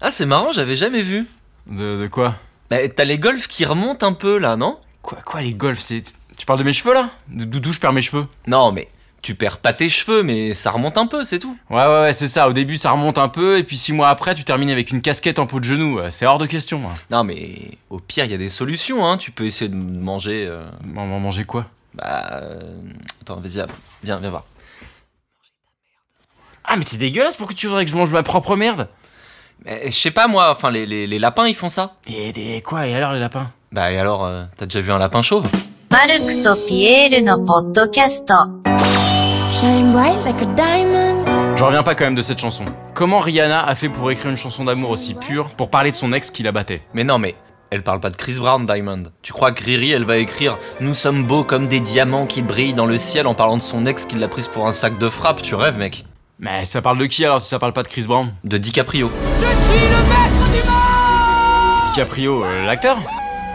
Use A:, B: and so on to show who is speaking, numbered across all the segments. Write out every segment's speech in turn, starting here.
A: Ah, c'est marrant, j'avais jamais vu.
B: De, de quoi
A: Bah, t'as les golfs qui remontent un peu là, non
B: Quoi, quoi, les golfs c'est... Tu parles de mes cheveux là De- D'où je perds mes cheveux
A: Non, mais tu perds pas tes cheveux, mais ça remonte un peu, c'est tout.
B: Ouais, ouais, ouais, c'est ça. Au début, ça remonte un peu, et puis six mois après, tu termines avec une casquette en peau de genou. Euh, C'est hors de question. hein.
A: Non, mais au pire, il y a des solutions, hein. Tu peux essayer de manger. euh,
B: M'en m'en manger quoi
A: bah. euh, Attends, vas-y, ah, viens, viens voir.
B: Ah, mais c'est dégueulasse, pourquoi tu voudrais que je mange ma propre merde
A: Mais, je sais pas, moi, enfin, les, les- les lapins, ils font ça.
B: Et des- quoi, et alors les lapins
A: Bah, et alors, euh, t'as déjà vu un lapin chauve
C: マルクとピエールのポッドキャスト。
D: Shine bright like a diamond.
B: J'en reviens pas quand même de cette chanson. Comment Rihanna a fait pour écrire une chanson d'amour aussi pure pour parler de son ex qui la battait
A: Mais non, mais elle parle pas de Chris Brown, Diamond. Tu crois que Riri, elle va écrire Nous sommes beaux comme des diamants qui brillent dans le ciel en parlant de son ex qui l'a prise pour un sac de frappe Tu rêves, mec
B: Mais ça parle de qui alors si ça parle pas de Chris Brown
A: De DiCaprio.
B: DiCaprio, euh, l'acteur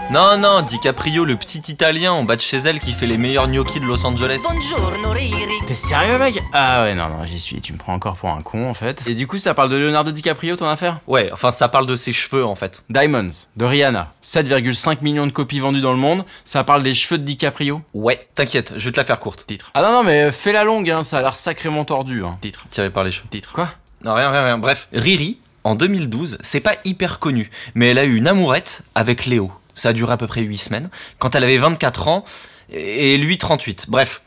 A: Non, non, DiCaprio, le petit italien en bas de chez elle qui fait les meilleurs gnocchis de Los Angeles.
E: Buongiorno Riri.
B: T'es sérieux mec Ah ouais non non j'y suis, tu me prends encore pour un con en fait. Et du coup ça parle de Leonardo DiCaprio ton affaire
A: Ouais, enfin, ça parle de ses cheveux en fait.
B: Diamonds, de Rihanna, 7,5 millions de copies vendues dans le monde, ça parle des cheveux de DiCaprio
A: Ouais, t'inquiète, je vais te la faire courte.
B: Titre. Ah non non mais fais la longue hein, ça a l'air sacrément tordu hein. Titre.
A: Tiré par les cheveux.
B: Titre. Quoi
A: Non, rien, rien, rien. Bref, Riri, en 2012, c'est pas hyper connu, mais elle a eu une amourette avec Léo. Ça a duré à peu près 8 semaines, quand elle avait 24 ans et et lui 38. Bref,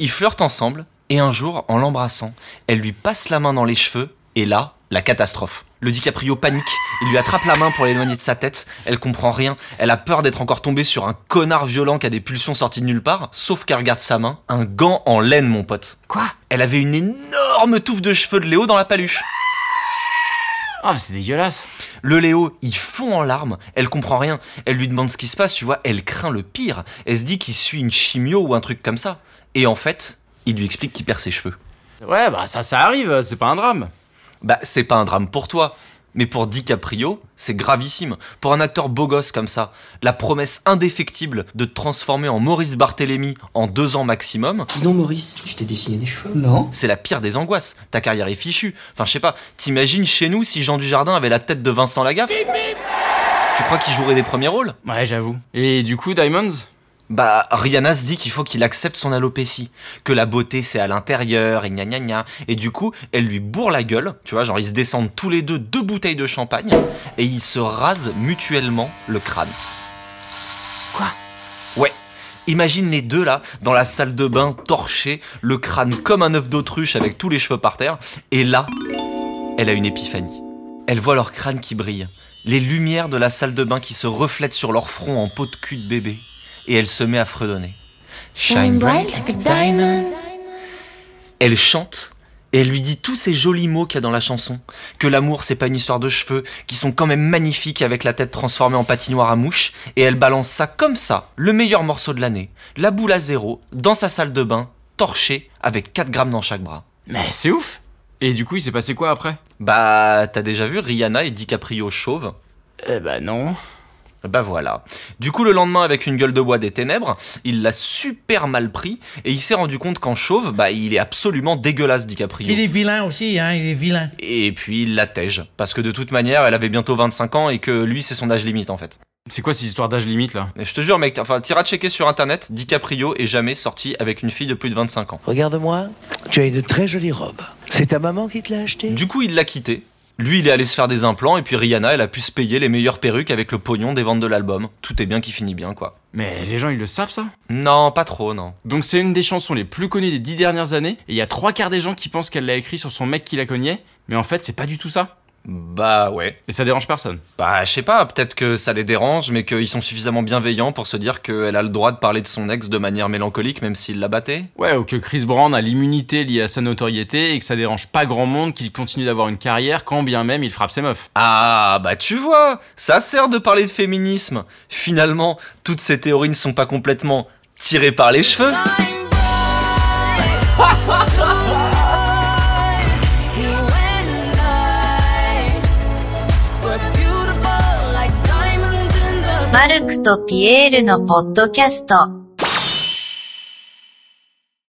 A: ils flirtent ensemble et un jour, en l'embrassant, elle lui passe la main dans les cheveux et là, la catastrophe. Le DiCaprio panique, il lui attrape la main pour l'éloigner de sa tête, elle comprend rien, elle a peur d'être encore tombée sur un connard violent qui a des pulsions sorties de nulle part, sauf qu'elle regarde sa main, un gant en laine mon pote.
B: Quoi
A: Elle avait une énorme touffe de cheveux de Léo dans la paluche.
B: Ah mais c'est dégueulasse.
A: Le Léo, il fond en larmes, elle comprend rien, elle lui demande ce qui se passe, tu vois, elle craint le pire, elle se dit qu'il suit une chimio ou un truc comme ça. Et en fait, il lui explique qu'il perd ses cheveux.
B: Ouais bah ça ça arrive, c'est pas un drame.
A: Bah, c'est pas un drame pour toi, mais pour DiCaprio, c'est gravissime. Pour un acteur beau gosse comme ça, la promesse indéfectible de te transformer en Maurice Barthélémy en deux ans maximum,
F: Dis donc Maurice, tu t'es dessiné des cheveux Non.
A: c'est la pire des angoisses. Ta carrière est fichue. Enfin, je sais pas, t'imagines chez nous si Jean Dujardin avait la tête de Vincent Lagaffe Tu crois qu'il jouerait des premiers rôles
B: Ouais j'avoue. Et du coup Diamonds
A: Bah, Rihanna se dit qu'il faut qu'il accepte son alopécie, que la beauté c'est à l'intérieur, et gna gna gna. Et du coup, elle lui bourre la gueule, tu vois, genre ils se descendent tous les deux deux bouteilles de champagne, et ils se rasent mutuellement le crâne.
B: Quoi
A: Ouais. Imagine les deux là, dans la salle de bain, torchés, le crâne comme un œuf d'autruche avec tous les cheveux par terre, et là, elle a une épiphanie. Elle voit leur crâne qui brille, les lumières de la salle de bain qui se reflètent sur leur front en peau de cul de bébé et elle se met à fredonner.
D: Shine bright like a diamond.
A: Elle chante et elle lui dit tous ces jolis mots qu'il y a dans la chanson. Que l'amour, c'est pas une histoire de cheveux, qui sont quand même magnifiques avec la tête transformée en patinoire à mouche. Et elle balance ça comme ça, le meilleur morceau de l'année, la boule à zéro, dans sa salle de bain, torchée, avec 4 grammes dans chaque bras.
B: Mais c'est ouf. Et du coup il s'est passé quoi après
A: Bah, t'as déjà vu Rihanna et DiCaprio chauve
B: Eh bah non.
A: Bah voilà. Du coup, le lendemain, avec une gueule de bois des ténèbres, il l'a super mal pris et il s'est rendu compte qu'en chauve, bah, il est absolument dégueulasse, DiCaprio.
G: Il est vilain aussi, hein, il est vilain.
A: Et puis il la tège. Parce que de toute manière, elle avait bientôt 25 ans et que lui, c'est son âge limite en fait.
B: C'est quoi cette histoire d'âge limite là
A: Et je te jure, mec, enfin, t'iras checker sur internet, DiCaprio est jamais sorti avec une fille de plus de 25 ans.
H: Regarde-moi, tu as une très jolie robe. C'est ta maman qui te l'a achetée
A: Du coup, il l'a quitté. Lui, il est allé se faire des implants et puis Rihanna, elle a pu se payer les meilleures perruques avec le pognon des ventes de l'album. Tout est bien qui finit bien, quoi.
B: Mais les gens ils le savent ça
A: Non, pas trop, non.
B: Donc c'est une des chansons les plus connues des dix dernières années, et il y a trois quarts des gens qui pensent qu'elle l'a écrit sur son mec qui la cognait, mais en fait c'est pas du tout ça.
A: Bah ouais.
B: Et ça dérange personne.
A: Bah, je sais pas, peut-être que ça les dérange, mais qu'ils sont suffisamment bienveillants pour se dire qu'elle a le droit de parler de son ex de manière mélancolique, même s'il la battait.
B: Ouais, ou que Chris Brown a l'immunité liée à sa notoriété et que ça dérange pas grand monde qu'il continue d'avoir une carrière quand bien même il frappe ses meufs.
A: Ah bah tu vois, ça sert de parler de féminisme. Finalement, toutes ces théories ne sont pas complètement tirées par les cheveux.
D: Beautiful like diamonds in the
C: マルクとピエールのポッドキャスト。